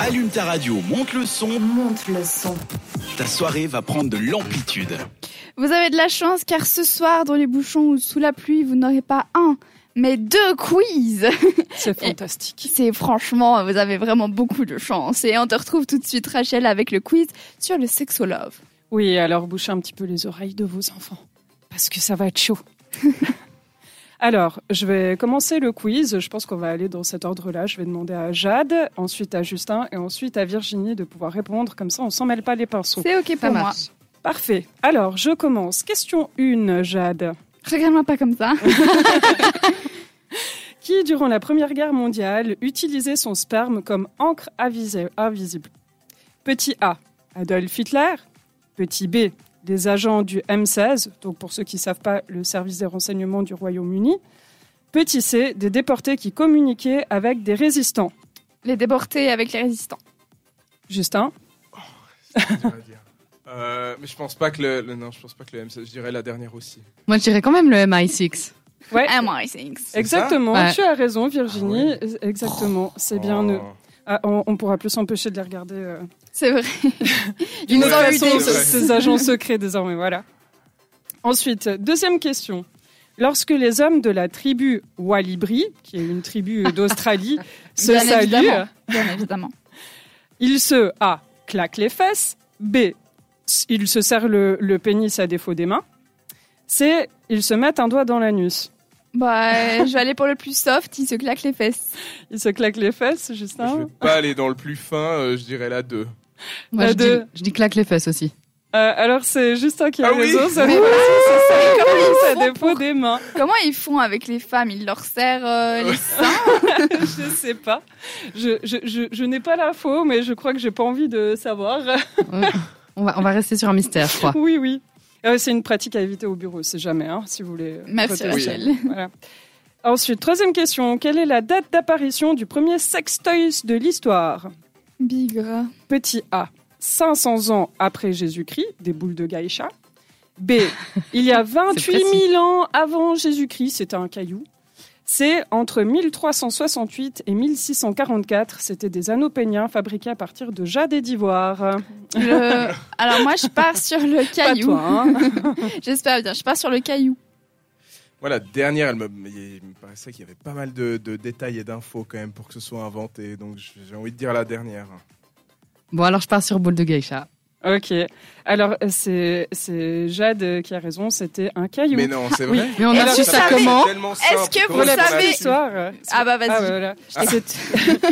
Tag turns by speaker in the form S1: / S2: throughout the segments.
S1: Allume ta radio, monte le son,
S2: Monte le son.
S1: ta soirée va prendre de l'amplitude.
S3: Vous avez de la chance car ce soir, dans les bouchons ou sous la pluie, vous n'aurez pas un, mais deux quiz.
S4: C'est fantastique.
S3: C'est franchement, vous avez vraiment beaucoup de chance. Et on te retrouve tout de suite, Rachel, avec le quiz sur le sexolove.
S4: Oui, alors bouchez un petit peu les oreilles de vos enfants, parce que ça va être chaud. alors, je vais commencer le quiz. Je pense qu'on va aller dans cet ordre-là. Je vais demander à Jade, ensuite à Justin et ensuite à Virginie de pouvoir répondre. Comme ça, on s'en mêle pas les pinceaux.
S3: C'est ok pour moi.
S4: Parfait. Alors, je commence. Question 1, Jade.
S3: Regarde-moi pas comme ça.
S4: Qui, durant la Première Guerre mondiale, utilisait son sperme comme encre avisi- invisible Petit A, Adolf Hitler. Petit B, des agents du M16, donc pour ceux qui ne savent pas, le service des renseignements du Royaume-Uni. Petit C, des déportés qui communiquaient avec des résistants.
S3: Les déportés avec les résistants.
S4: Justin,
S5: C'est dur à dire. Euh, mais je pense pas que le, le- non, je pense pas que le M, je dirais la dernière aussi.
S6: Moi, je dirais quand même le MI6.
S4: ouais,
S3: Ah, moi, c'est-
S4: exactement,
S6: ça Ouais.
S4: tu as raison Virginie, exactement, c'est Eh bien
S5: Oh.
S4: eux. Ah, on, on pourra plus s'empêcher de les regarder. euh,
S3: C'est vrai.
S4: D'une
S5: Ouais,
S4: autre façon,
S5: c'est vrai.
S4: ces agents secrets désormais, voilà. Ensuite, deuxième question. Lorsque les hommes de la tribu Walibri, qui est une tribu d'Australie, se
S3: Bien
S4: saluent,
S3: évidemment. Bien évidemment.
S4: ils se A. claquent les fesses, B. ils se serrent le, le pénis à défaut des mains, C. ils se mettent un doigt dans l'anus.
S3: Bah, euh, je vais aller pour le plus soft, il se claque les fesses.
S4: Ils se claquent les fesses,
S5: Je vais
S4: Justin
S5: pas aller dans le plus fin, euh, je dirais la 2.
S6: Moi,
S4: La
S6: je,
S4: deux.
S6: dis, je dis claque les fesses aussi.
S4: Euh, Alors c'est Justin qui a
S5: Ah oui.
S4: raison, ça
S6: Mais
S4: dépend
S6: oui.
S4: si c'est ça,
S3: ils
S4: à défaut des mains.
S3: Comment ils font avec les femmes Ils leur serrent euh, les seins
S4: Je sais pas. Je, je, je, je n'ai pas l'info, mais je crois que j'ai pas envie de savoir.
S6: Ouais. on, va, on va rester sur un mystère, je crois.
S4: oui, oui. Euh, c'est une pratique à éviter au bureau, c'est jamais, hein, si vous voulez. euh,
S3: Merci,
S4: protéger.
S3: Rachel.
S4: Voilà. Ensuite, troisième question. Quelle est la date d'apparition du premier sextoys de l'histoire
S3: Bigre.
S4: Petit A, 500 ans après Jésus-Christ, des boules de gaïcha. B, il y a 28
S6: précis.
S4: 000 ans avant Jésus-Christ, c'était un caillou. C, entre 1368 et 1644, c'était des anneaux péniens fabriqués à partir de jade et d'ivoire.
S3: Le- Alors moi, je pars sur le
S4: Pas
S3: caillou.
S4: toi, hein.
S3: J'espère bien. Je pars sur le caillou.
S5: Voilà, dernière, elle me, il me paraissait qu'il y avait pas mal de, de détails et d'infos quand même pour que ce soit inventé, donc j'ai envie de dire la dernière.
S6: Bon, alors je pars sur boule de geisha.
S4: Ok. Alors, c'est c'est Jade qui a raison, c'était un caillou.
S5: Mais non, c'est
S4: Oui.
S5: vrai.
S6: Mais on
S4: Alors,
S6: a su
S4: vous
S6: ça
S5: paraît
S6: comment
S5: tellement simple,
S3: que
S5: comment
S3: vous
S5: on a
S3: savez-
S5: su
S4: l'histoire.
S3: Ah bah vas-y.
S4: Ah, voilà.
S5: Ah.
S4: C'est-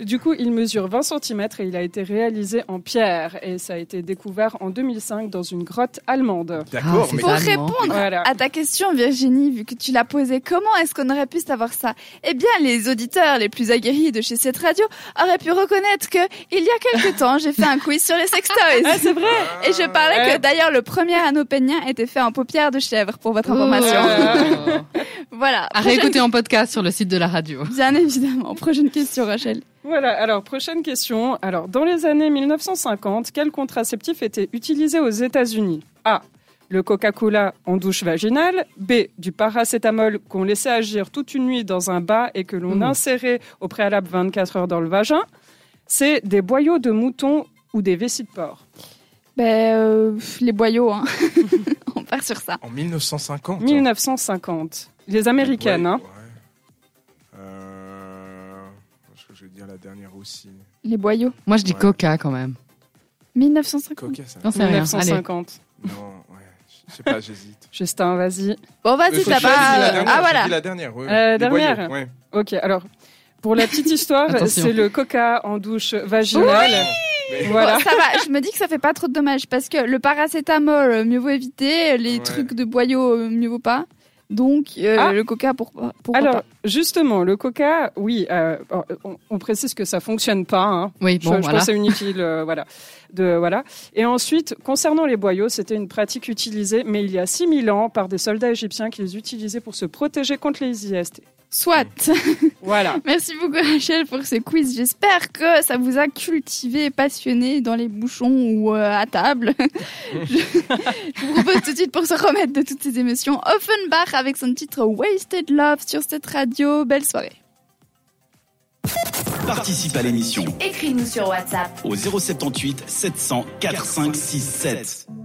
S4: Du coup, il mesure 20 cm et il a été réalisé en pierre. Et ça a été découvert en 2005 dans une grotte allemande.
S6: Ah,
S5: D'accord,
S6: c'est
S5: mais
S3: Pour
S6: Évidemment.
S3: répondre
S4: Voilà.
S3: à ta question, Virginie, vu que tu l'as posée, comment est-ce qu'on aurait pu savoir ça Eh bien, les auditeurs les plus aguerris de chez cette radio auraient pu reconnaître que, il y a quelque temps, j'ai fait un quiz sur les sextoys.
S4: Ah, c'est vrai
S3: Et je parlais
S4: Ouais.
S3: que d'ailleurs le premier anneau pénien était fait en paupières de chèvre pour votre information.
S6: Oh.
S3: Voilà.
S6: À
S3: Prochaine-
S6: réécouter en podcast sur le site de la radio.
S3: Bien évidemment. Prochaine question, Rachel.
S4: Voilà, alors prochaine question. Alors, dans les années 1950, quel contraceptif était utilisé aux États-Unis A. Le Coca-Cola en douche vaginale. B. Du paracétamol qu'on laissait agir toute une nuit dans un bas et que l'on
S6: Mmh.
S4: insérait au préalable 24 heures dans le vagin. C. Des boyaux de mouton ou des vessies de porc.
S3: Ben, euh, pff, les boyaux, hein. On part sur ça.
S5: en 1950. hein.
S4: 1950. Les américaines,
S5: Ouais,
S4: hein.
S5: ouais. Euh, je crois que je vais dire la dernière aussi.
S3: Les boyaux.
S6: Moi, je dis
S5: Ouais.
S6: coca quand même.
S3: 1950.
S5: Coca, ça.
S6: J'en sais rien. Allez.
S4: 1950.
S5: Non, ouais. Je sais pas, j'hésite.
S4: Justin, vas-y.
S3: Bon, vas-y,
S5: Euh,
S3: t'as
S5: j'ai dit la
S3: pas.
S5: dernière,
S3: Ah,
S5: j'ai
S3: voilà.
S5: dit la dernière, ouais.
S4: Euh,
S5: Les
S4: dernière.
S5: boyaux, ouais.
S4: Ok, alors, pour la petite histoire,
S6: Attention.
S4: c'est le Coca en douche vaginale.
S5: Mais-
S4: Voilà.
S3: Bon, ça va, je me dis que ça fait pas trop de dommages parce que le paracétamol, euh, mieux vaut éviter, les
S5: Ouais.
S3: trucs de boyaux, euh, mieux vaut pas. Donc, euh,
S4: Ah.
S3: le coca, pour, pourquoi
S4: Alors,
S3: pas
S4: justement, le coca, oui, euh, on, on précise que ça fonctionne pas. Hein.
S6: Oui,
S4: Je,
S6: bon,
S4: je pense
S6: voilà.
S4: que c'est inutile, euh, voilà. De, voilà. Et ensuite, concernant les boyaux, c'était une pratique utilisée, mais il y a 6000 ans, par des soldats égyptiens qui les utilisaient pour se protéger contre les IST.
S3: Soit.
S4: Voilà.
S3: Merci beaucoup Rachel pour ce quiz. J'espère que ça vous a cultivé et passionné dans les bouchons ou euh, à table. je, je vous propose tout de suite pour se remettre de toutes ces émotions Offenbach avec son titre Wasted Love sur cette radio. Belle soirée.
S1: Participe à l'émission
S2: Écris-nous sur WhatsApp.
S1: au 078 700 4567.